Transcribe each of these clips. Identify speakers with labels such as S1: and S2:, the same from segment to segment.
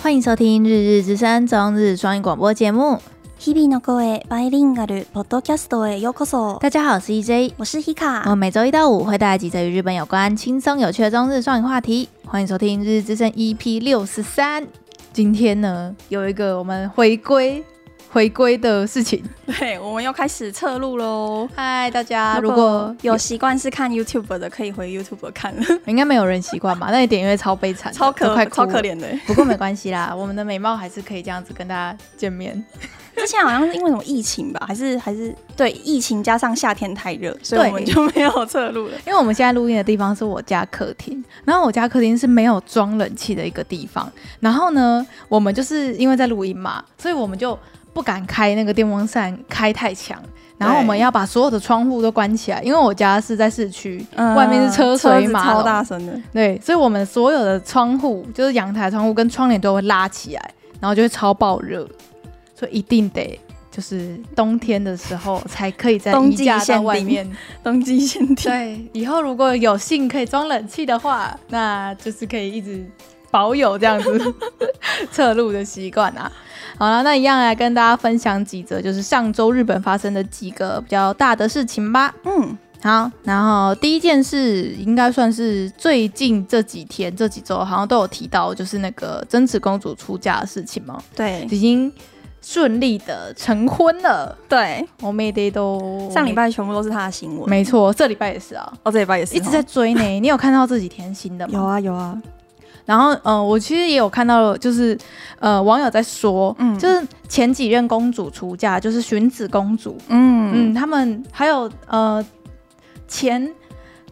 S1: 欢迎收听《日日之声》中日双语广播节目。
S2: 日々の声バイリンガルポッドキャストへようこそ。
S1: 大家好，我是 EJ，
S2: 我是
S1: 我
S2: Hika，
S1: 们每周一到五会带来几则与日本有关、轻松有趣的中日双语话题。欢迎收听《日日之声》EP 六十三。今天呢，有一个我们回归回归的事情。
S2: 对，我们又开始测录喽。
S1: 嗨，大家，如果
S2: 有习惯是看 YouTube 的，可以回 YouTube 看 了，
S1: 应该没有人习惯吧？那你点阅超悲惨的，
S2: 超
S1: 都
S2: 可
S1: 快哭
S2: 超可
S1: 了。
S2: 怜的。
S1: 不过没关系啦，我们的美貌还是可以这样子跟大家见面。
S2: 之前好像是因为什么疫情吧，还是还是对疫情加上夏天太热，所以
S1: 对
S2: 我们就没有测录了。
S1: 因为我们现在录音的地方是我家客厅，然后我家客厅是没有装冷气的一个地方。然后呢，我们就是因为在录音嘛，所以我们就不敢开那个电风扇，开太强。然后我们要把所有的窗户都关起来，因为我家是在市区，
S2: 嗯
S1: 外面是车水
S2: 子
S1: 马
S2: 超
S1: 龙
S2: 大声的，
S1: 对，所以我们所有的窗户，就是阳台窗户跟窗帘都会拉起来，然后就会超爆热，所以一定得就是冬天的时候才可以在
S2: 冬
S1: 衣
S2: 季
S1: 架到
S2: 限
S1: 外
S2: 定
S1: 面。
S2: 冬季限定。
S1: 对，以后如果有幸可以装冷气的话，那就是可以一直保有这样 子侧录的习惯啊。好了，那一样来跟大家分享几则，就是上周日本发生的几个比较大的事情吧。
S2: 嗯，
S1: 好，然后第一件事应该算是最近这几天、这几周好像都有提到，就是那个真子公主出嫁的事情嘛，
S2: 对
S1: 已经顺利的成婚了。
S2: 对，
S1: 我妹的都
S2: 上礼拜全部都是他的新闻，
S1: 没错，这礼拜也是啊。
S2: 哦，这礼拜也是
S1: 一直在
S2: 哦
S1: 追 呢。你有看到这几天新的吗？
S2: 有。啊有啊，
S1: 然后，呃，我其实也有看到，就是呃，网友在说，
S2: 嗯
S1: 就是前几任公主出嫁，就是荀子公主，
S2: 嗯
S1: 嗯，他们还有呃前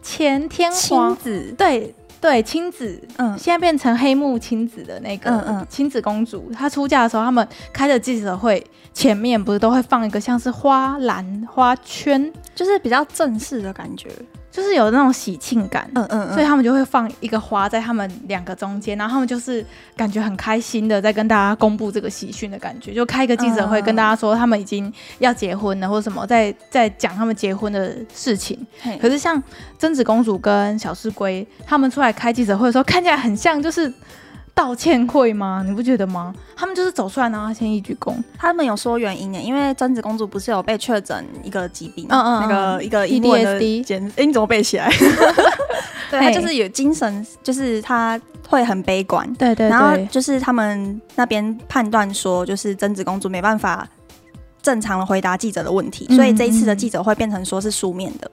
S1: 前天
S2: 亲
S1: 皇，
S2: 子，
S1: 对对，亲子。
S2: 嗯
S1: 现在变成黑幕亲子的那
S2: 嗯
S1: 个
S2: 嗯
S1: 亲子公主，她出嫁的时候，他们开的记者会前面不是都会放一个像是花篮花圈，
S2: 就是比较正式的感觉。
S1: 就是有那种喜庆感。
S2: 嗯嗯
S1: 所以他们就会放一个花在他们两个中间，然后他们就是感觉很开心的在跟大家公布这个喜讯的感觉，就开一个记者会
S2: 嗯
S1: 跟大家说他们已经要结婚了或者什么，在在讲他们结婚的事情。
S2: 嘿
S1: 可是像贞子公主跟小狮龟他们出来开记者会的时候，看起来很像就是道歉会吗？你不觉得吗？他们就是走出来然后先一鞠躬，
S2: 他们有说原因呢，因为贞子公主不是有被确诊一个疾病，
S1: 嗯嗯嗯
S2: 那个一个英文的
S1: PTSD
S2: 简，哎、你怎么背 起来？对，她
S1: 嘿
S2: 就是有精神，就是她会很悲观，
S1: 对对
S2: 然后
S1: 对，
S2: 就是他们那边判断说，就是贞子公主没办法。正常的回答记者的问题，
S1: 嗯
S2: 所以这一次的记者会变成说是书面的，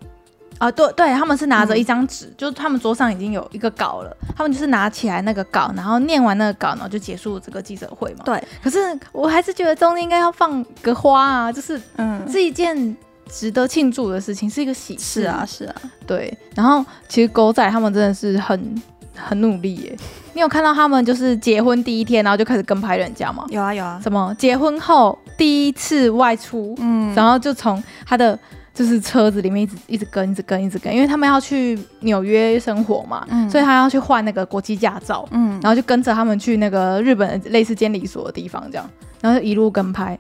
S1: 啊，对对，他们是拿着
S2: 嗯
S1: 一张纸，就是他们桌上已经有一个稿了，他们就是拿起来那个稿，然后念完那个稿，然后就结束这个记者会嘛。
S2: 对，
S1: 可是我还是觉得中间应该要放个花啊，就是
S2: 嗯，
S1: 是一件值得庆祝的事情，是一个喜事
S2: 是啊，。是啊，
S1: 对，然后其实狗仔他们真的是很很努力耶，你有看到他们就是结婚第一天，然后就开始跟拍人家吗？
S2: 有啊有啊，
S1: 什么结婚后第一次外出，
S2: 嗯，
S1: 然后就从他的就是车子里面一直一直跟一直跟一直跟，因为他们要去纽约生活嘛，
S2: 嗯
S1: 所以他要去换那个国际驾照，
S2: 嗯，
S1: 然后就跟着他们去那个日本的类似监理所的地方，这样，然后就一路跟拍。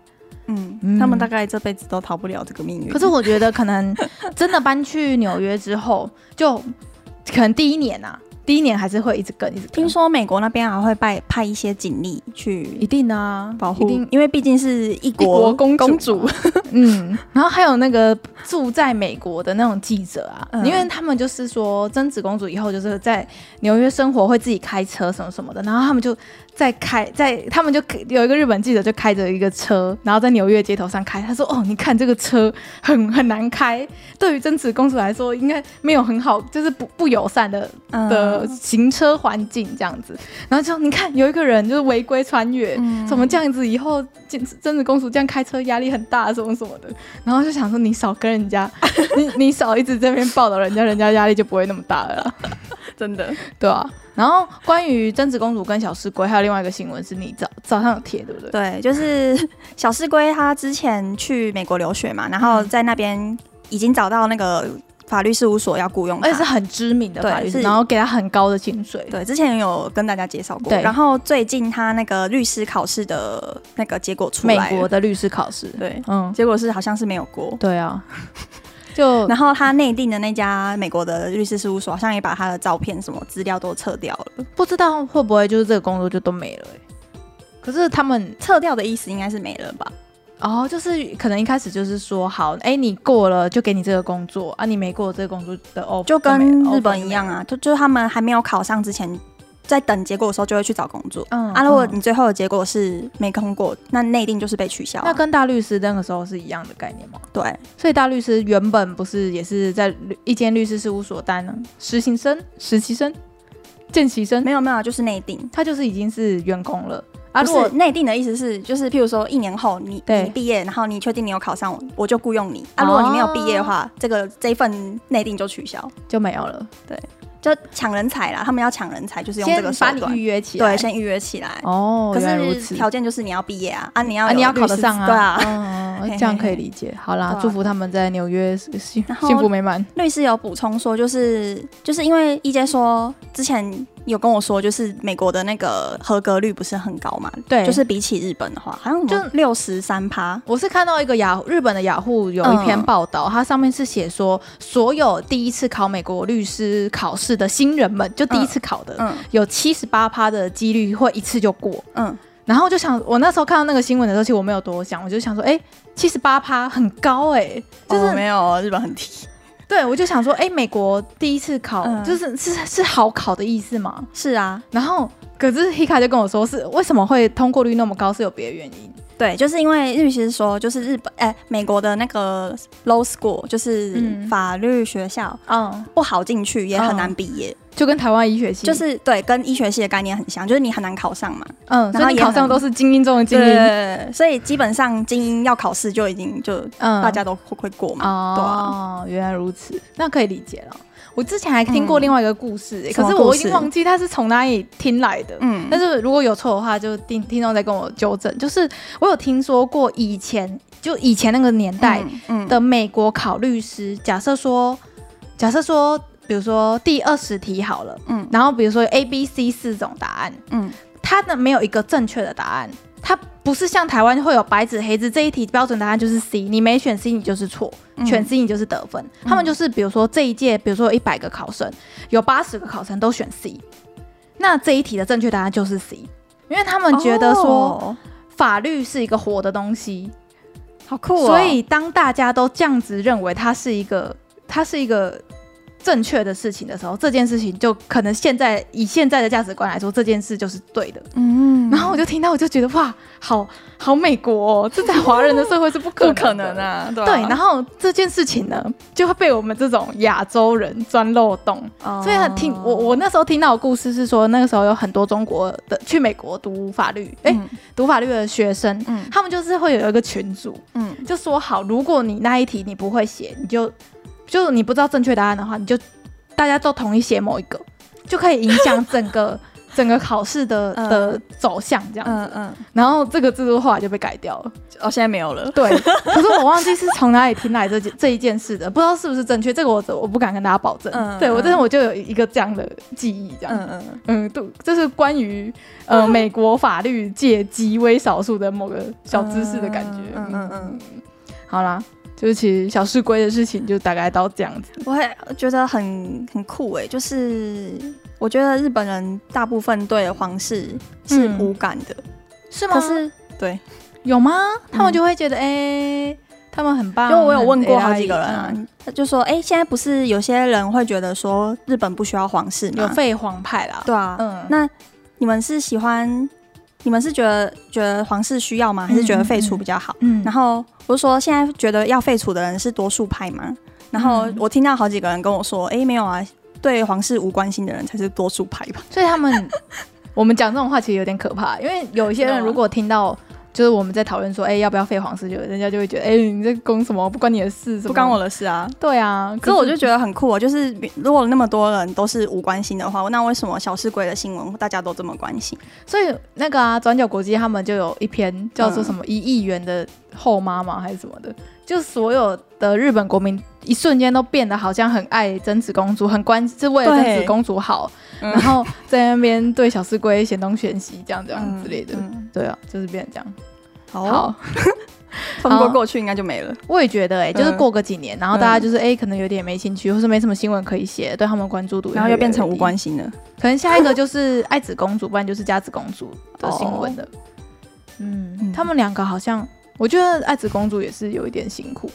S2: 嗯，他们大概这辈子都逃不了这个命运。
S1: 可是我觉得可能真的搬去纽约之后，就可能第一年啊，第一年还是会一直跟一直跟
S2: 听，说美国那边还会派派一些警力
S1: 一
S2: 去
S1: 定啊，
S2: 保护
S1: 一定，，
S2: 因为毕竟是一
S1: 一国
S2: 国
S1: 公主
S2: 公主，
S1: 嗯，然后还有那个住在美国的那种记者啊，
S2: 嗯
S1: 因为他们就是说贞子公主以后就是在纽约生活，会自己开车什么什么的，然后他们就在开在他们就有一个日本记者就开着一个车，然后在纽约街头上开，他说哦，你看这个车很很难开，对于贞子公主来说应该没有很好，就是不不友善的的
S2: 嗯
S1: 行车环境这样子，然后就你看有一个人就是违规穿越，
S2: 嗯
S1: 怎么这样子以后贞贞子公主这样开车压力很大什么什么的，然后就想说你少跟人家， 你你少一直这边报道人家，人家压力就不会那么大了 啦，
S2: 真的
S1: 对啊。然后关于贞子公主跟小狮龟，还有另外一个新闻是你早早上有贴对不对？
S2: 对，就是小狮龟他之前去美国留学嘛，然后
S1: 嗯
S2: 在那边已经找到那个法律事务所要雇佣
S1: 哎而且是
S2: 他。
S1: 很知名的
S2: 嗯对
S1: 法律师，
S2: 是
S1: 然后给他很高的薪水，
S2: 对，之前有跟大家介绍过
S1: 对。
S2: 然后最近他那个律师考试的那个结果出
S1: 美
S2: 来了，
S1: 国的律师考试，
S2: 对，
S1: 嗯，
S2: 结果是好像是没有过。
S1: 对 啊，就
S2: 然后他内定的那家美国的律师事务所，好像也把他的照片、什么资料都撤掉了。
S1: 不知道会不会就是这个工作就都没了、欸可是他们
S2: 撤掉的意思应该是没了吧？
S1: 哦，就是可能一开始就是说好，哎，你过了就给你这个工作啊，你没过这个工作的哦，
S2: 就跟
S1: 没
S2: 日本一，样啊，就就是他们还没有考上之前，在等结果的时候就会去找工作。
S1: 嗯
S2: 啊，如果
S1: 嗯
S2: 你最后的结果是没通过，那内定就是被取消啊、
S1: 那跟大律师那个嗯时候是一样的概念吗？
S2: 对
S1: 所以大律师原本不是也是在律一间律师事务所担呢实习生、实习生、见习生，
S2: 没有没有，就是内定。
S1: 他就是已经是员工了啊。
S2: 不
S1: 如果
S2: 是内定的意思是，就是譬如说一年后你
S1: 对哦
S2: 你毕业，然后你确定你有考上，我就雇佣你。啊，如果你没有毕业的话，这个这一份内定就取消，
S1: 就没有了，
S2: 就抢人才啦。他们要抢人才，就是用这
S1: 先
S2: 个手
S1: 把
S2: 段
S1: 你预，约起来。
S2: 对，先预约起来。
S1: 哦，
S2: 可
S1: 原来如
S2: 是
S1: 此。
S2: 条件就是你要毕业啊，啊，你要
S1: 啊，
S2: 有
S1: 你要
S2: 律
S1: 考得
S2: 师
S1: 上啊，
S2: 对啊。
S1: 嗯，
S2: 嘿嘿
S1: 这样可以理解。好啦，
S2: 对啊
S1: 祝福他们在纽约幸
S2: 然后
S1: 幸福美满。
S2: 律师有补充说，就是就是因为一姐说之前有跟我说，就是美国的那个合格率不是很高嘛，
S1: 对，
S2: 就是比起日本的话，好像
S1: 就
S2: 就六十三趴，
S1: 我是看到一个雅日本的雅虎有一篇
S2: 嗯
S1: 报道，它上面是写说，所有第一次考美国律师考试的新人们，就第一次考的，
S2: 嗯
S1: 有七十八趴的几率会一次就过。
S2: 嗯，
S1: 然后我就想，我那时候看到那个新闻的时候，其实我没有多想，我就想说，哎、七十八趴很高哎、就是、
S2: 哦没有日本很低，
S1: 对我就想说，哎、美国第一次考、
S2: 嗯
S1: 就是是是好考的意思吗？
S2: 是啊，
S1: 然后可是 Hika 就跟我说是为什么会通过率那么高，是有别的原因。
S2: 对，就是因为律师说，就是日本哎、美国的那个 law school 就是
S1: 嗯
S2: 法律学校。
S1: 嗯，
S2: 不好进去也很难
S1: 嗯
S2: 毕业，
S1: 就跟台湾医学系
S2: 就是对，跟医学系的概念很像，就是你很难考上嘛。
S1: 嗯，
S2: 然
S1: 所
S2: 后
S1: 以你
S2: 也
S1: 考上
S2: 很
S1: 都是精英中的精
S2: 对
S1: 英，
S2: 所以基本上精英要考试就已经就
S1: 嗯，
S2: 大家都会会过嘛。对啊，
S1: 哦，原来如此，那可以理解了。我之前还听过
S2: 嗯
S1: 另外一个故事、欸可
S2: 什么
S1: 是
S2: 故
S1: 我已经
S2: 事
S1: 忘记他是从哪里听来的。
S2: 嗯，
S1: 但是如果有错的话，就听听众再跟我纠正。就是我有听说过以前，就以前那个年代
S2: 嗯
S1: 的美国考律师，假设说，假设说，比如说第二十题好了，
S2: 嗯
S1: 然后比如说 A、B、C 四种答案，
S2: 嗯
S1: 它呢没有一个正确的答案，它不是像台湾会有白纸黑字这一题标准答案就是 C，你没选 C 你就是错，
S2: 嗯
S1: 选 C 你就是得分。他们就是比如说这一届，比如说有一百个考生，有八十个考生都选 C，那这一题的正确答案就是 C，因为他们觉得说
S2: 哦
S1: 法律是一个活的东西，
S2: 好酷哦，
S1: 所以当大家都这样子认为它是一个，它是一个。正确的事情的时候，这件事情就可能现在以现在的价值观来说，这件事就是对的。
S2: 嗯
S1: 然后我就听到，我就觉得哇，好好美国哦，这在华人的社会是不可
S2: 不
S1: 能
S2: 可能
S1: 的。
S2: 啊， 对
S1: 对，然
S2: 后
S1: 后这件事情呢，就会被我们这种亚洲人钻漏洞。
S2: 哦
S1: 所以很听我我那时候听到的故事是说，那个时候有很多中国的去美国读法律，哎、
S2: 嗯
S1: 读法律的学生，
S2: 嗯
S1: 他们就是会有一个群组，
S2: 嗯
S1: 就说好，如果你那一题你不会写，你就就你不知道正确答案的话，你就大家都同意写某一个，就可以影响整个 整个考试的
S2: 嗯
S1: 的走向这样子。
S2: 嗯嗯，
S1: 然后这个制度后来就被改掉了。
S2: 哦现在没有了，
S1: 对，可是我忘记是从哪里听来这件这一件事的，不知道是不是正确，这个我我不敢跟大家保证。
S2: 嗯
S1: 对我，
S2: 嗯
S1: 但是我就有一个这样的记忆，这样。
S2: 嗯嗯
S1: 嗯，对，这是关于呃美国法律界极为少数的某个小知识的感觉。
S2: 嗯嗯嗯嗯
S1: 好啦，就是其实小市规的事情就大概到这样子。
S2: 我会觉得很很酷哎，就是我觉得日本人大部分对皇室是
S1: 嗯
S2: 无感的，
S1: 是
S2: 可是对，
S1: 有吗？他们
S2: 嗯
S1: 就会觉得哎、诶他们很棒。
S2: 因为我有问过
S1: 很嗯
S2: 好几个
S1: AI
S2: 人啊，他就说哎，现在不是有些人会觉得说日本不需要皇室
S1: 有
S2: 吗？
S1: 废皇派啦。
S2: 对啊，
S1: 嗯，
S2: 那你们是喜欢，你们是觉得觉得皇室需要吗？还是觉得废除比较好？
S1: 嗯
S2: 然后我就说，现在觉得要废除的人是多数派吗？然后
S1: 嗯
S2: 我听到好几个人跟我说，诶，没有啊，对皇室无关心的人才是多数派 吧？
S1: 所以他们我们讲这种话其实有点可怕，因为有一些人如
S2: 啊
S1: 果听到。就是我们在讨论说，哎、要不要废皇室？就人家就会觉得，哎、你这公什么不关你的事，什么
S2: 不关我。的事啊。
S1: 对啊，
S2: 可是我就觉得很酷哦，就是如果那么多人都是无关心的话，那为什么小市龟的新闻大家都这么关心？
S1: 所以那个啊，转角国际他们就有一篇叫
S2: 嗯
S1: 做什么“一亿元的后妈妈”还是什么的，就所有的日本国民一瞬间都变得好像很爱贞子公主，很关是为了
S2: 对
S1: 贞子公主好，
S2: 嗯
S1: 然后在那边对小四龟嫌东嫌西，这样这样之类的。
S2: 嗯
S1: 对啊，就是变成这样。
S2: 好哦，
S1: 好，
S2: 风
S1: 好
S2: 过过去应该就没了。
S1: 我也觉得哎、就是
S2: 嗯
S1: 过个几年，然后大家就是哎、可能有点没兴趣，或是没什么新闻可以写，对他们关注度
S2: 然后
S1: 又
S2: 又变成无关心了。
S1: 可能下一个就是爱子公主，不然就是家子公主的新闻了。嗯，
S2: 嗯
S1: 他们两个好像，我觉得爱子公主也是有一点辛苦，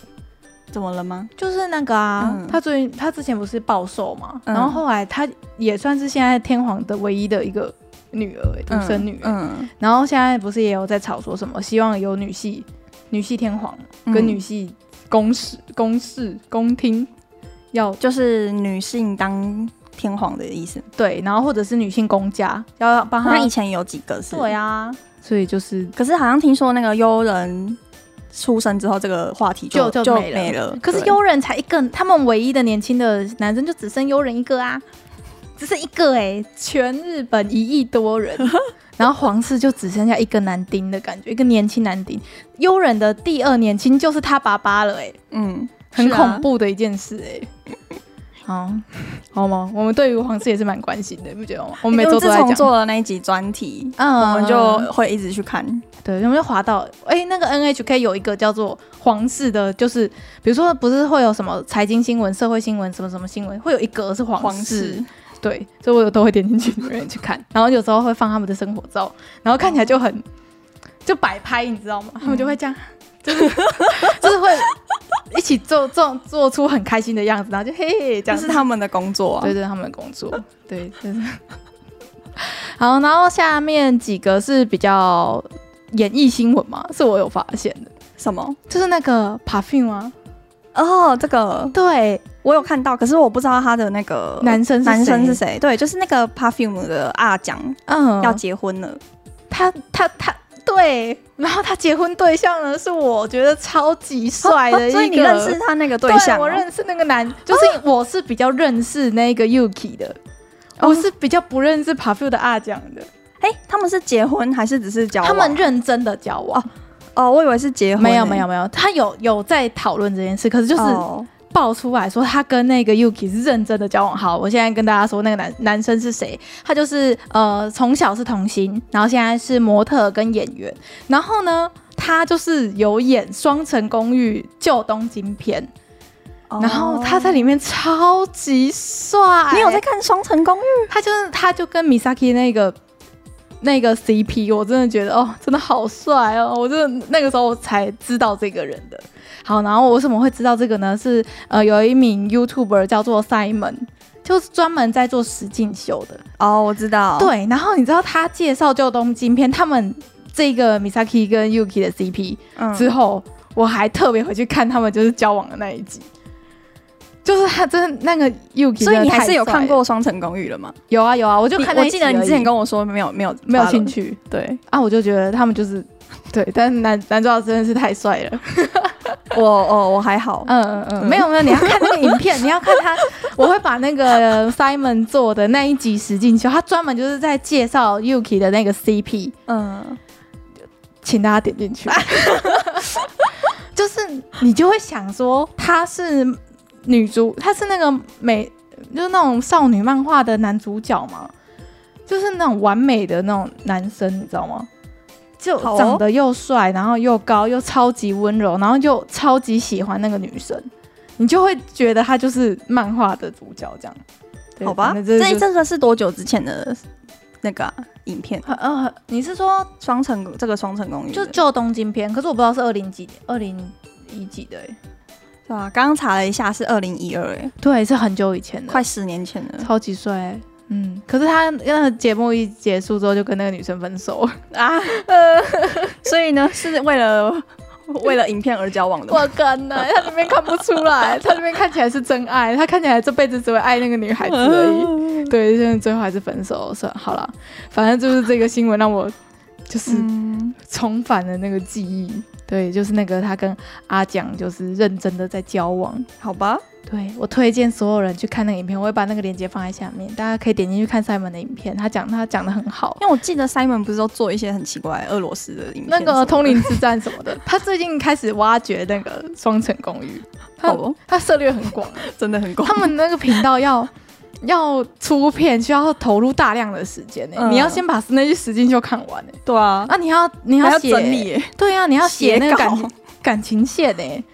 S2: 怎么了吗？
S1: 就是那个啊，
S2: 嗯
S1: 她最她之前不是暴瘦嘛，
S2: 嗯
S1: 然后后来她也算是现在天皇的唯一的一个女儿、欸独生女、
S2: 嗯，
S1: 然后现在不是也有在吵说什么希望有女系女系天皇
S2: 嗯
S1: 跟女系宫室、宫室、宫厅要
S2: 就是女性当天皇的意思。
S1: 对，然后或者是女性公家要帮她
S2: 那以前有几个是？
S1: 啊对啊，所以就是
S2: 可是好像听说那个悠人出生之后，这个话题
S1: 就
S2: 就
S1: 就没
S2: 没
S1: 了
S2: 了
S1: 可是
S2: 对
S1: 悠人才一个，他们唯一的年轻的男生就只剩悠人一个 啊，只剩一个哎、全日本一亿多 人，然后皇室就只剩下一个男丁的感觉，一个年轻男丁。悠人的第二年轻就是他爸爸了哎、
S2: 嗯，
S1: 很
S2: 是啊
S1: 恐怖的一件事 哎、好，好吗？我们对于皇室也是蛮关心的，你不觉得吗？我们每
S2: 因为
S1: 周都
S2: 欸自
S1: 在
S2: 从
S1: 讲，
S2: 做了那一集专题，
S1: 嗯
S2: 我们就会一直去看。
S1: 对，我们就滑到哎、那个 NHK 有一个叫做皇室的，就是比如说不是会有什么财经新闻、社会新闻什么什么新闻，会有一格是皇室，
S2: 室
S1: 对，所以我有都会点进去里面去看，然后有时候会放他们的生活照，然后看起来就很就摆拍，你知道吗？他们就会这样， 就是就是会一起做做做出很开心的样子，然后就嘿嘿这
S2: 这
S1: 样
S2: 是
S1: 子，
S2: 他们的工作啊
S1: 对，。这是他们的工作， 对，就是。好，然后下面几个是比较演艺新闻嘛，是我有发现的，
S2: 什么？
S1: 就是那个 Perfume 啊，
S2: 哦，这个
S1: 对，
S2: 我有看到，可是我不知道他的那个
S1: 男生是
S2: 男生
S1: 谁
S2: 是谁。对，就是那个 Perfume 的阿奖
S1: 嗯，
S2: 要结婚了，
S1: 他他他对，然后他结婚对象呢是我觉得超级帅的一个，
S2: 哦所以你认识他那个对象哦？
S1: 我认识那个男，就是我是比较认识那个 Yuki 的，
S2: 哦
S1: 我是比较不认识 Perfume 的阿奖的，
S2: 哎，他们是结婚还是只是交往？
S1: 他们认真的交往。
S2: 哦，我以为是结婚欸，
S1: 没有没有没有，他有有在讨论这件事，可是就是
S2: 哦，
S1: 爆出来说他跟那个 Yuki 是认真的交往。好，我现在跟大家说那个男男生是谁，他就是呃从小是童星，然后现在是模特跟演员，然后呢他就是有演《双城公寓》旧东京片，
S2: 哦
S1: 然后他在里面超级帅，
S2: 你有在看《双城公寓》？
S1: 他就是他就跟 Misaki 那个那个 CP，我真的觉得哦，真的好帅哦！我真的那个时候我才知道这个人的。好，然后我为什么会知道这个呢？是呃，有一名 YouTuber 叫做 Simon，就是专门在做实境秀的。
S2: 哦，我知道，，
S1: 对，然后你知道他介绍旧东京片，他们这个 Misaki 跟 Yuki 的 CP
S2: 嗯
S1: 之后，我还特别回去看他们就是交往的那一集。就是他真的那个 Yuki，
S2: 所
S1: 真
S2: 以
S1: 的
S2: 你还
S1: 太
S2: 是有
S1: 帅
S2: 看
S1: 了
S2: 过《双城公寓》了吗？
S1: 有啊有啊，我就
S2: 你
S1: 看那
S2: 我
S1: 一
S2: 记得
S1: 集
S2: 你
S1: 而
S2: 之前
S1: 已
S2: 跟我说没有没有
S1: 没有兴
S2: 趣，
S1: 趣
S2: 对
S1: 啊，我就觉得他们就是， 对，但是男男主角真的是太帅了，
S2: 我哦我 还好，
S1: 嗯嗯嗯，没有没有，你要看那个影片，你 要看他，我会把那个 Simon 做的那一集实进去，他专门就是在介绍 Yuki 的那个 CP，
S2: 嗯，
S1: 请大家点进 去，就是你就会想说他是女主，他是那个美，就是那种少女漫画的男主角嘛，就是那种完美的那种男生，你知道吗？就
S2: 好哦
S1: 长得又帅，然后又高，又超级温柔，然后又超级喜欢那个女生，你就会觉得他就是漫画的主角这样。对
S2: 好吧
S1: 反，正
S2: 这
S1: 这就
S2: 这个是多久之前的那个啊影片？《
S1: 很呃，很你是说
S2: 双城这个《双城公寓》
S1: 就
S2: 的
S1: 旧东京篇？可是我不知道是二零几二零一几的、欸。
S2: 对啊，刚刚查了一下是二零一二，哎，
S1: 对，是很久以前的，
S2: 快十年前 了
S1: 超级帅、嗯，可是他那个节目一结束之后，就跟那个女生分手。
S2: 啊，所以呢是 为了为了影片而交往的 吗。
S1: 我干呐，他里面看不出 来，他里面看起来是真爱，他看起来这辈子只会爱那个女孩子而已。 对，现在最后还是分手，算好了，反正就是这个新闻让我就是
S2: 嗯，
S1: 重返了那个记忆。对，就是那个他跟阿蒋就是认真的在交往。
S2: 好吧，
S1: 对我推荐所有人去看那个影片，我会把那个链接放在下面，大家可以点进去看 Simon 的影片，他讲他讲的很好。
S2: 因为我记得 Simon 不是都做一些很奇怪俄罗斯的影片
S1: 那
S2: 什么的，
S1: 个通灵之战什么的，他最近开始挖掘那个双层公寓，他、
S2: 好哦
S1: 他涉猎很 广。
S2: 真的很广
S1: 他。们那个频道要要出片，需要投入大量的时间呢、欸
S2: 嗯
S1: 你要先把那些实境秀看完呢、
S2: 对啊，
S1: 啊，你要你
S2: 还
S1: 要
S2: 要
S1: 写，
S2: 整理耶，
S1: 对啊，你要写那个
S2: 写稿
S1: 感情感情线呢、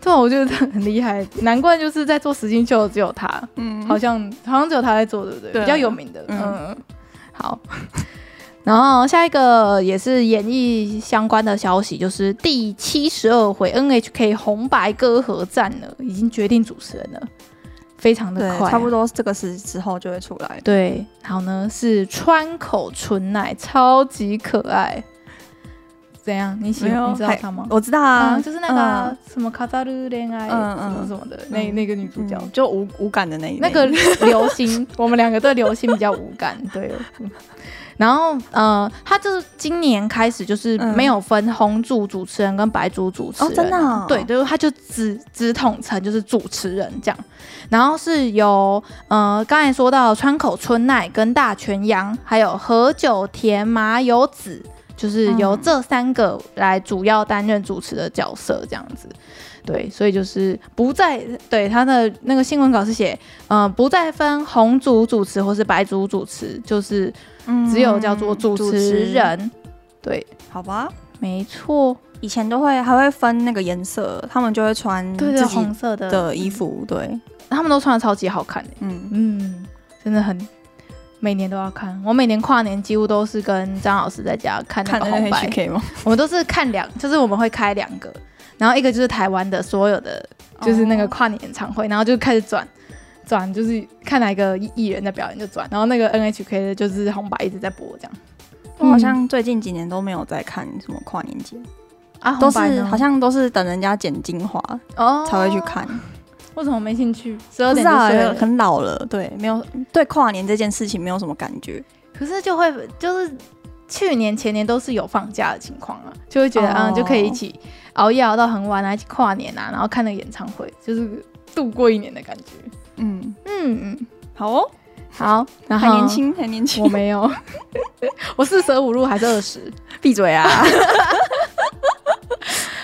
S1: 对啊，我觉得很厉害，难怪就是在做实境秀的只有他。
S2: 嗯
S1: 好像好像只有他在做，对不对？
S2: 对啊
S1: 比较有名的，
S2: 嗯
S1: 嗯，好。 然后下一个也是演艺相关的消息，就是第七十二回 NHK 红白歌合战了，已经决定主持人了，非常的
S2: 对，
S1: 快、啊
S2: 差不。多这个时之后就会出来。
S1: 对，然后呢是川口纯乃，超级可爱。怎样？你喜
S2: 没有
S1: 欢？你知道
S2: 还
S1: 她吗？
S2: 我知道啊，
S1: 嗯，就是那个啊、什么《卡扎鲁恋爱》
S2: 嗯
S1: 什么
S2: 嗯
S1: 什么的，那
S2: 嗯
S1: 那个女主角，
S2: 嗯就无无感的那一
S1: 那个流 星，我们两个对流星比较无感，对。嗯然后呃，他就是今年开始就是
S2: 嗯
S1: 没有分红组主持人跟白组主持人，啊
S2: 哦真的哦
S1: 对，就是他就只只统称就是主持人这样。然后是由呃刚才说到川口春奈跟大泉洋，还有和久田麻由子，就是由
S2: 嗯
S1: 这三个来主要担任主持的角色这样子。对，所以就是不再对他的那个新闻稿是写，呃，不再分红组主持或是白组主持，就是
S2: 嗯
S1: 只有叫做主持，人。对，
S2: 好吧。
S1: 没错，
S2: 以前都会还会分那个颜色，他们就会穿
S1: 对对，
S2: 自己
S1: 红色的
S2: 的衣，服，对，
S1: 他们都穿的超级好看的、
S2: 嗯，
S1: 嗯，真的很。每年都要看，我每年跨年几乎都是跟张老师在家看那
S2: 看
S1: 个
S2: 那
S1: 红
S2: 个
S1: 白，
S2: HK 吗？
S1: 我们都是看两，就是我们会开两个，然后一个就是台湾的所有的
S2: 哦
S1: 就是那个跨年演唱会，然后就开始转转，就是看哪一个艺艺人在表演就转，然后那个 NHK 的就是红白一直在播这样嗯
S2: 我好像最近几年都没有在看什么跨年节，
S1: 啊，
S2: 都
S1: 红白
S2: 是
S1: 呢
S2: 好像都是等人家剪精华
S1: 哦
S2: 才会去，看，
S1: 为什么没兴趣？十二
S2: 不知
S1: 点就
S2: 道欸
S1: 睡了，
S2: 很老了，对，没有对跨年这件事情没有什么感觉，
S1: 可是就会就是去年前年都是有放假的情况啊，就会觉得啊
S2: 哦
S1: 就可以一起熬夜熬到很晚啊，一起跨年啊，然后看那个演唱会，就是度过一年的感觉。
S2: 嗯，
S1: 嗯，嗯
S2: 好哦，
S1: 好，然后
S2: 还年，轻，还年轻
S1: 我，没有， 我四舍五入还是二十。
S2: 闭嘴啊！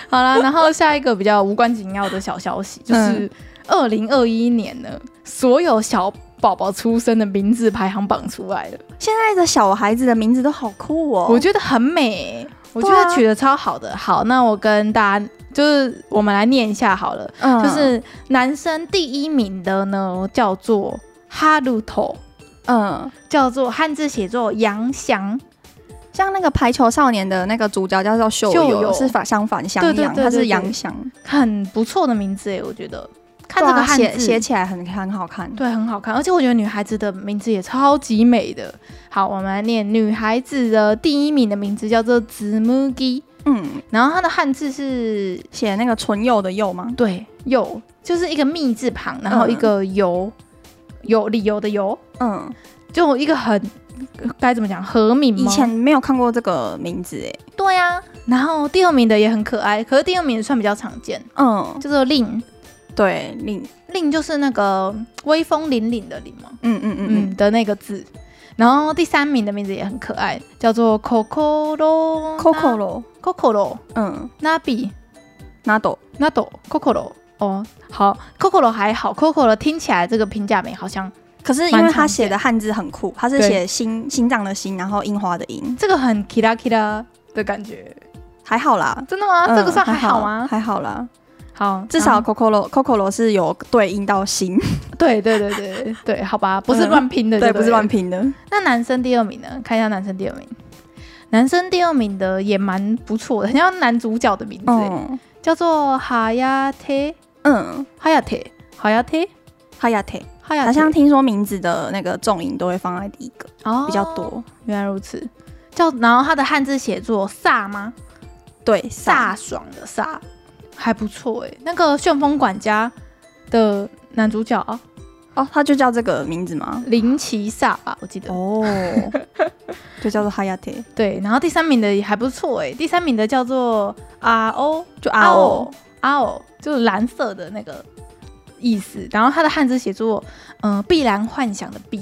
S1: 好啦，然后下一个比较无关紧要的小消息，
S2: 嗯
S1: 就是二零二一年呢，所有小宝宝出生的名字排行榜出来了，
S2: 现在的小孩子的名字都好酷哦，
S1: 我觉得很美、我觉
S2: 对啊
S1: 得取得超好的。好，那我跟大家就是我们来念一下好了，
S2: 嗯
S1: 就是男生第一名的呢叫做哈鲁头，
S2: 嗯，
S1: 叫做汉字写作杨翔，
S2: 像那个排球少年的那个主角叫做秀
S1: 秀
S2: 友，
S1: 友
S2: 是反相反相
S1: 对对
S2: 阳，
S1: 对
S2: 他
S1: 对
S2: 是
S1: 对
S2: 杨翔，
S1: 很不错的名字诶、我觉得看
S2: 对
S1: 这
S2: 啊
S1: 个汉
S2: 写
S1: 字
S2: 写起来很很好看，
S1: 对，很好看，而且我觉得女孩子的名字也超级美的。好，我们来念女孩子的第一名的名字叫做子木吉，
S2: 嗯，
S1: 然后它的汉字是
S2: 写那个唇釉的釉吗？
S1: 对有，就是一个密字旁，然后一个由，有理由的由，
S2: 嗯，
S1: 就一个很该怎么讲和名
S2: 以
S1: 吗？
S2: 前没有看过这个名字哎，
S1: 对呀、然后第二名的也很可爱，可是第二名也算比较常见，
S2: 嗯，
S1: 叫做令
S2: 对，令，
S1: 令，就是那个威风凛凛的凛嘛。
S2: 嗯嗯嗯
S1: 嗯的那个字。然后第三名的名字也很可爱，叫做 Coco
S2: 嗯
S1: 咯
S2: ，Coco 咯，
S1: Coco 咯
S2: 嗯
S1: Nabi
S2: n a d o
S1: Nado Coco 咯哦，好，Coco 咯还好，Coco 咯听起来这个评价没好像
S2: 可是因为
S1: 蛮
S2: 他
S1: 常
S2: 写的汉字很酷，他是
S1: 对
S2: 写心心脏的心，然后樱花的樱，
S1: 这个很 kira kira 的感觉，
S2: 还好啦。
S1: 真的吗？
S2: 嗯
S1: 啊这个算还好吗？啊
S2: 还好啦，
S1: 好，
S2: 至少
S1: 然后
S2: Coco 咯 Coco 咯是有对应到心，
S1: 对对对对对，好吧，不是
S2: 嗯
S1: 乱拼的，
S2: 对，不是乱
S1: 拼。
S2: 拼的。
S1: 那男生第二名呢？看一下男生第二名，男生第二名的也蛮不错的，很像男主角的名字欸，
S2: 嗯
S1: 叫做哈亚特。
S2: 嗯，
S1: 哈亚特，哈亚特，
S2: 哈亚特，
S1: 哈亚特，
S2: 好像听说名字的那个重音都会放在第一个，
S1: 哦
S2: 比较。多。
S1: 原来如此，叫然后它的汉字写作“飒”吗？
S2: 对，
S1: 飒爽的“飒”，还不错哎、那个《旋风管家》的男主角啊，
S2: 哦，他就叫这个名 字吗？
S1: 林奇飒吧，我记得。
S2: 哦， 就叫做哈亚特，
S1: 对，然后第三名的也还不错哎、第三名的叫做阿欧，
S2: 就阿
S1: 哦
S2: 欧。
S1: 阿欧就是蓝色的那个意思，然后它的汉字写作“嗯、呃，碧蓝幻想”的“碧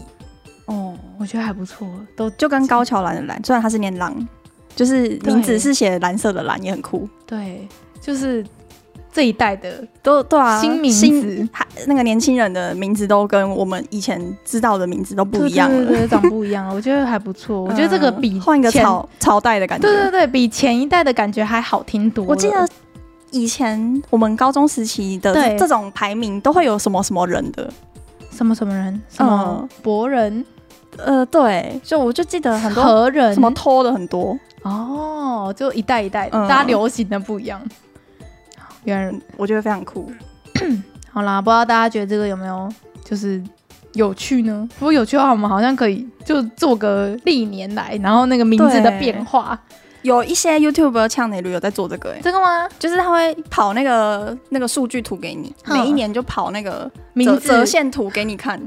S2: 哦，”，
S1: 我觉得还不错，都
S2: 就跟高桥兰的兰，虽然他是念狼，就是名字是写蓝色的蓝，也很酷。
S1: 对，就是这一代的
S2: 都对啊，
S1: 新名
S2: 新
S1: 字
S2: 还那个年轻人的名字都跟我们以前知道的名字都不一样
S1: 对对对，
S2: 了。
S1: 长不一样 了。我觉得还不错，我觉得这个
S2: 嗯
S1: 比
S2: 换一个
S1: 前，
S2: 朝朝代的感觉。
S1: 对对对，比前一代的感觉还好听多了。
S2: 我记得以前我们高中时期的
S1: 对
S2: 这种排名都会有什么什么人的，嗯
S1: 嗯什么什么人，什么博人，
S2: 呃，对，就我就记得呃很多
S1: 何人
S2: 什么偷的很多，
S1: 哦，就一代一代的，
S2: 嗯
S1: 大家流行的不一样。原来
S2: 我觉得非常酷。嗯
S1: 好啦，不知道大家觉得这个有没有就是有趣呢？如果有趣的话，我们好像可以就做个历年来，然后那个名字的
S2: 对
S1: 变化，
S2: 嗯有一些 YouTube 呛你驴有在做这个、欸，
S1: 这个吗？
S2: 就是他会跑那个那个数据图给你，
S1: 嗯
S2: 每一年就跑那个
S1: 名
S2: 折折
S1: 字，
S2: 线图给你看，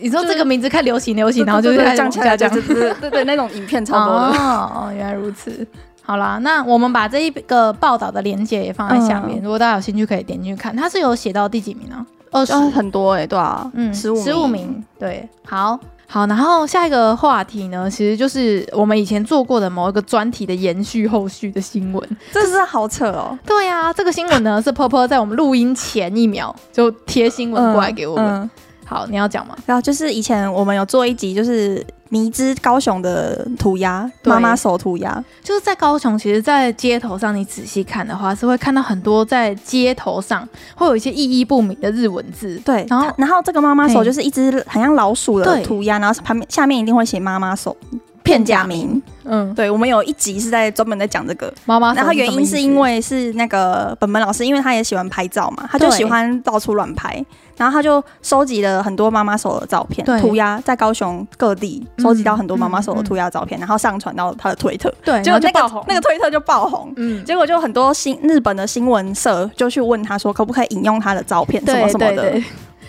S1: 你说
S2: 就
S1: 这个名字看流行流行，然后就
S2: 对
S1: 是
S2: 对对
S1: 开始
S2: 降
S1: 往
S2: 起来
S1: 下
S2: 就
S1: 降，
S2: 是对对对那种影片超多的。
S1: 哦，原来如此。好啦，那我们把这一个报道的链接也放在下面，
S2: 嗯
S1: 如果大家有兴趣可以点进去看。它是有写到第几名呢、二十、
S2: 啊，很多哎、欸，对啊，
S1: 嗯，
S2: 十五
S1: 十五名，对，好。好，然后下一个话题呢，其实就是我们以前做过的某一个专题的延续后续的新闻。
S2: 这是好扯哦。
S1: 对啊，这个新闻 呢是婆婆在我们录音前一秒就贴新闻过来给我们。
S2: 嗯嗯
S1: 好，你要讲吗？
S2: 然后就是以前我们有做一集，就是迷之高雄的涂鸦，
S1: 对
S2: 妈妈手涂鸦，
S1: 就是在高雄，其实，在街头上你仔细看的话，是会看到很多在街头上会有一些意义不明的日文字。
S2: 对，
S1: 然
S2: 然
S1: 后
S2: 后然后这个妈妈手
S1: 哦嘿
S2: 就是一只很像老鼠的
S1: 对
S2: 涂鸦，然后旁边下面一定会写妈妈手
S1: 片
S2: 假名。
S1: 嗯，
S2: 对，我们有一集是在专门在讲这个，
S1: 妈妈手什
S2: 然
S1: 么
S2: 后
S1: 意思。
S2: 原因是因为是那个本本老师，因为他也喜欢拍照嘛，他就
S1: 对
S2: 喜欢到处乱拍，然后他就收集了很多妈妈手的照片
S1: 对，
S2: 涂鸦在高雄各地
S1: 嗯
S2: 收集到很多妈妈手的
S1: 嗯
S2: 涂鸦照片，然后上传到他的推特，
S1: 对，
S2: 结
S1: 然后
S2: 果那
S1: 就
S2: 个
S1: 爆红
S2: 那个推特就爆红。
S1: 嗯，
S2: 结果就很多新日本的新闻社就去问他说，可不可以引用他的照片什么
S1: 对
S2: 什么
S1: 对
S2: 的。
S1: 对，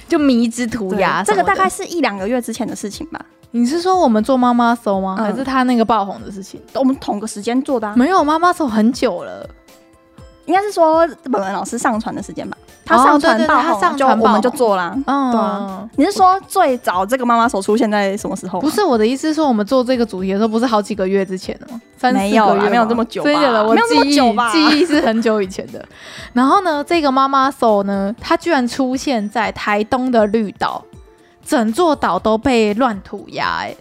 S1: 就迷之涂
S2: 对
S1: 鸦什
S2: 这
S1: 么的。
S2: 个大概是一两个月之前的事情吧，
S1: 你是说我们做妈妈手吗？
S2: 嗯
S1: 还是他那个爆红的事情？
S2: 我们同个时间做的、啊，
S1: 没有，妈妈手很久了。
S2: 应该是说本本老师上传的时间吧。他
S1: 哦
S2: 上
S1: 对对
S2: 传
S1: 对
S2: 爆
S1: 他
S2: 红，
S1: 上
S2: 就
S1: 传
S2: 我
S1: 爆
S2: 们就
S1: 红
S2: 做啦。
S1: 嗯，
S2: 对啊你是说最早这个妈妈手出现在什么时候啊吗？
S1: 不是我的意思，是说我们做这个主题的时候，不是好几个月之前的吗？三
S2: 没
S1: 四
S2: 有
S1: 个
S2: 啦
S1: 月
S2: 没有
S1: 吗
S2: 这么久吧
S1: 真的了，我
S2: 没有
S1: 记
S2: 这么
S1: 忆
S2: 久吧
S1: 记忆是很久以前的。 然后呢，这个妈妈手呢，它居然出现在台东的绿岛，整座岛都被乱涂鸦哎、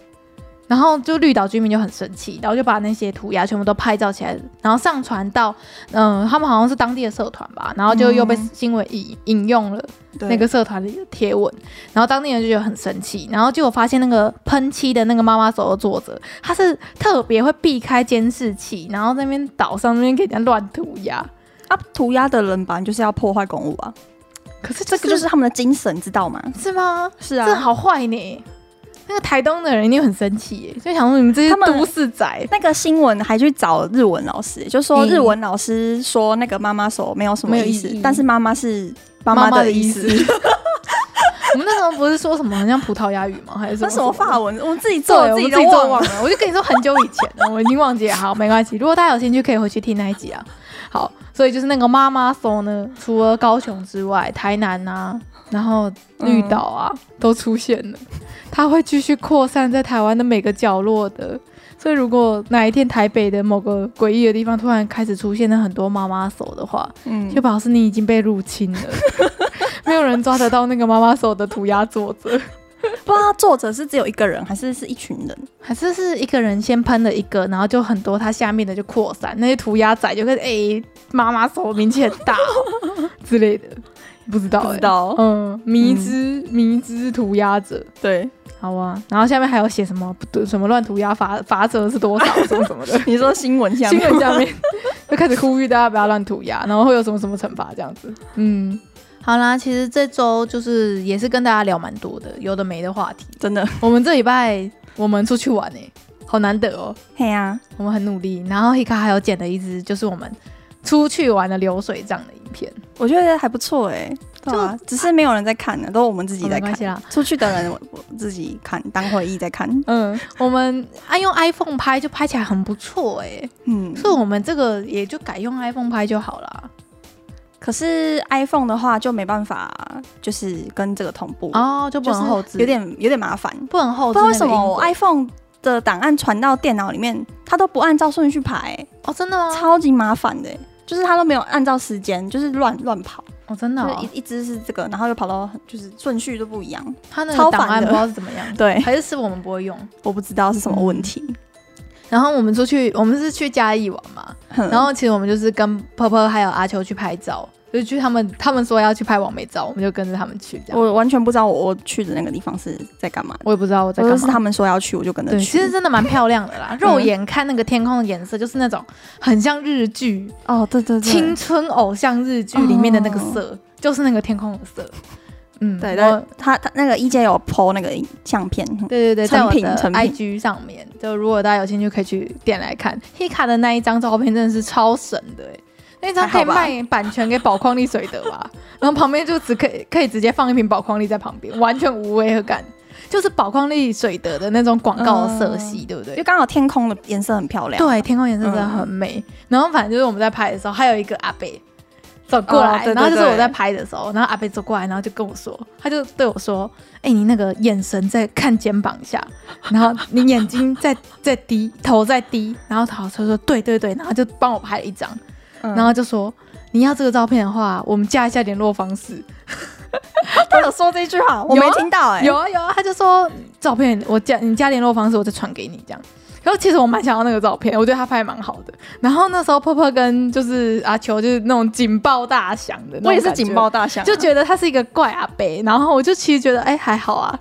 S1: 然后就绿岛居民就很生气，然后就把那些涂鸦全部都拍照起来，然后上传到，嗯、他们好像是当地的社团吧，然后就又被
S2: 嗯
S1: 新闻引引用了，
S2: 对
S1: 那个社团里的贴文，然后当地人就觉得很生气，然后结果发现那个喷漆的那个妈妈手的作者，他是特别会避开监视器，然后在那边岛上那边给人家乱涂鸦，
S2: 啊，涂鸦的人本来就是要破坏公物啊，
S1: 可是、
S2: 这个就是他们的精神，知道吗？
S1: 是啊吗？
S2: 是
S1: 这，好坏呢？那个台东的人一定很生气耶，就想说你们这些
S2: 他们
S1: 都市仔，
S2: 那个新闻还去找日文老师，就说
S1: 嗯
S2: 日文老师说那个妈妈手没有什么意思
S1: 没有意义，
S2: 但是妈妈是妈
S1: 妈
S2: 的
S1: 的意
S2: 思。
S1: 我们那时候不是说什么很像葡萄牙语吗？还是什
S2: 那
S1: 么
S2: 什么法文，我们自己
S1: 对，
S2: 做
S1: 我
S2: 自
S1: 们
S2: 己
S1: 自
S2: 都
S1: 己都
S2: 忘
S1: 忘
S2: 了。
S1: 了。我就跟你说很久以前了，我已经忘记了。好，没关系。如果大家有兴趣，可以回去听那一集啊。好，所以就是那个妈妈松呢，除了高雄之外，台南啊，然后
S2: 嗯
S1: 绿岛啊、都出现了，它会继续扩散在台湾的每个角落的。所以，如果哪一天台北的某个诡异的地方突然开始出现了很多妈妈手的话，
S2: 嗯
S1: 就，表示你已经被入侵了， 没有人抓得到那个妈妈手的涂鸦作者。
S2: 不知道作者是只有一个人，还是是一群人？
S1: 还是是一个人先喷了一个，然后就很多，他下面的就扩散，那些涂鸦仔就跟哎妈妈手名气很大哦、之类的，不知道、欸，
S2: 不知道
S1: 嗯，迷之、迷之涂鸦者，
S2: 对，
S1: 好啊，然后下面还有写什么不对，什么乱涂鸦罚罚则是多少，什么什 么的，
S2: 你说新闻下
S1: 新
S2: 面
S1: 闻下面就开始呼吁大家不要乱涂鸦，然后会有什么什么惩罚这样子。 嗯，好啦，其实这周就是也是跟大家聊蛮多的，有的没的话题。
S2: 真的，
S1: 我们这礼拜我们出去玩哎、好难得哦、
S2: 嘿呀，
S1: 我们很努力。然后 Hika 还有剪了一支，就是我们出去玩的流水账的影片，
S2: 我觉得还不错哎，对啊，只是没有人在看呢，都我们自己
S1: 好
S2: 在
S1: 哦没
S2: 看
S1: 关。系啦。
S2: 出去的人我我自己看，当回忆在看。
S1: 嗯，我们爱用 iPhone 拍，就拍起来很不错哎、
S2: 嗯，
S1: 所以我们这个也就改用 iPhone 拍就好啦。
S2: 可是 iPhone 的话就没办法，就是跟这个同步，
S1: 哦，就不
S2: 就是
S1: 能后置，
S2: 有点有点麻烦。
S1: 不能后
S2: 不
S1: 置
S2: 知道
S1: 那
S2: 为
S1: 个
S2: 什
S1: 音轨。
S2: 么我 iPhone 的档案传到电脑里面，它都不按照顺序排、
S1: 哦，真的吗？
S2: 超级麻烦的、就是它都没有按照时间，就是乱乱跑，
S1: 哦，真的、
S2: 就是
S1: 哦，
S2: 一一只是这个，然后又跑到就是顺序都不一样。
S1: 他那个
S2: 超
S1: 档
S2: 烦
S1: 案
S2: 的
S1: 不知道是怎么样，
S2: 对，
S1: 还是是我们不会用。
S2: 我不知道是什么问题。
S1: 然后我们出去，我们是去嘉义玩嘛，
S2: 然
S1: 然后其实我们就是跟婆婆还有阿秋去拍照，就是去他们他们说要去拍网美照，我们就跟着他们去这样。我
S2: 我完全不知道我我去的那个地方是在干嘛。
S1: 我也不知道我在
S2: 我
S1: 干
S2: 就
S1: 嘛。
S2: 是他们说要去，我就跟着
S1: 嗯对，
S2: 去。嗯
S1: 其实真的蛮漂亮的啦，肉眼看那个天空的颜色，就是那种很像日剧
S2: 哦，对对对，
S1: 青春偶像日剧里面的那个色，就是那个天空的色。嗯，
S2: 哦对，
S1: 我
S2: 但他他那个一姐有 PO 那个相片，
S1: 对对对，
S2: 成
S1: 在我
S2: 品
S1: 的
S2: 成品
S1: IG 上面，就如果大家有兴趣，可以去点来看。Hika 的那一张照片真的是超神的、欸，那张可以
S2: 还好吧
S1: 卖版权给宝矿力水德吧，然后旁边就只可以可以直接放一瓶宝矿力在旁边，完全无违和感，就是宝矿力水德的那种广告的色系，对不对
S2: 就？刚好天空的嗯颜色很漂亮。
S1: 对，天空颜色真的很美。然后反正就是我们在拍的时候，还有一个阿贝走过来，
S2: 哦对对
S1: 然后就是
S2: 对
S1: 我在拍的时候，然后阿贝走过来，然后就跟我说，他就对我说：“哎、你那个眼神在看肩膀下， 然后你眼睛在在低，头在低。”然后陶车说：“对对对。”然后就帮我拍了一张，
S2: 嗯，
S1: 然后就说。你要这个照片的话，我们加一下联络方式。
S2: 他有说这句话，我
S1: 有
S2: 没
S1: 啊
S2: 听到哎。
S1: 有啊有啊，他就说照片我加你加联络方式，我再传给你这样。然后其实我蛮想要那个照片，我觉得他拍得蛮好的。然后那时候泡泡跟就是阿球就是那种警报大响的那种
S2: 我也是
S1: 感觉
S2: 警报，大响，啊
S1: 就觉得他哎是一个怪阿北。然啊后我就其实觉得哎、还好啊，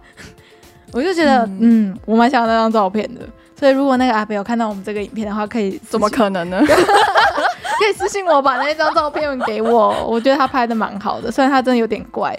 S1: 我就觉得嗯我蛮想要那张照片的。所以如果那个阿北有看到我们这个影片的话，可 以
S2: 怎么可能呢？
S1: 可以私信我把那张照片给我，我觉得他拍的蛮好的，虽然他真的有点怪。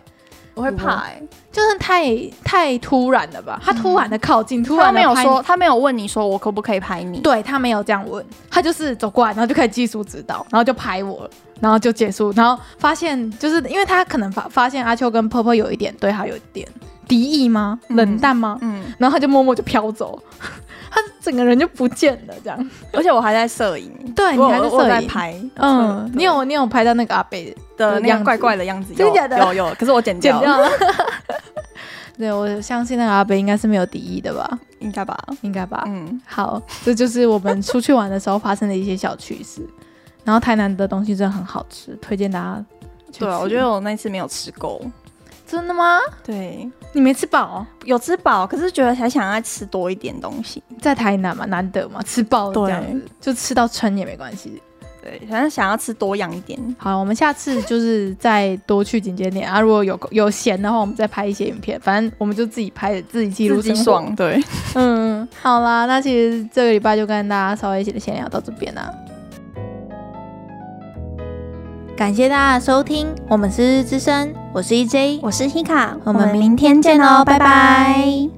S2: 我
S1: 会怕
S2: 哎。
S1: 就是太太突然了吧？他突然的靠近， 突然
S2: 嗯他
S1: 地
S2: 没有
S1: 拍
S2: 说，他没有问你说我可不可以拍你
S1: 你，。对他没有这样问，他就是走过来，然后就开始技术指导，然后就拍我了，然后就结束，然后发现就是因为他可能发发现阿秋跟婆婆有一点对他有一点敌意吗？
S2: 嗯
S1: 冷淡吗？
S2: 嗯，
S1: 然后他就默默就飘走，他整个人就不见了，这样。
S2: 而且我还在摄影，
S1: 对
S2: 我
S1: 你还在摄影
S2: 我在拍，
S1: 嗯，你有你有拍到那个阿贝
S2: 的那
S1: 样
S2: 个
S1: 子
S2: 怪怪的样子，
S1: 真
S2: 有
S1: 的假的
S2: 有有，可是我剪
S1: 剪
S2: 掉了，
S1: 掉了？ 对，我相信那个阿贝应该是没有敌意的吧？
S2: 应该吧？
S1: 应该吧？
S2: 嗯，
S1: 好，这就是我们出去玩的时候发生的一些小趣事。 然后台南的东西真的很好吃，推荐大家去吃。
S2: 对啊，我觉得我那次没有 吃够，
S1: 真的吗？
S2: 对，
S1: 你没吃饱哦、
S2: 有吃饱，可是觉得还想再吃多一点东西，
S1: 在台南嘛，难得嘛，吃饱了
S2: 对
S1: 这样子，就吃到撑也没关系。
S2: 对，反正想要吃多样一点。
S1: 好，我们下次就是再多去景点点啊。如果有有闲的话，我们再拍一些影片，反正我们就自己拍，自己记录
S2: 自己
S1: 生活
S2: 爽，对，
S1: 嗯，好啦，那其实这个礼拜就跟大家稍微闲聊到这边啦、
S3: 感谢大家的收听，我们是日日之声，我是 E EJ，
S2: 我是 Hika，
S3: 哦我们明天见哦，拜拜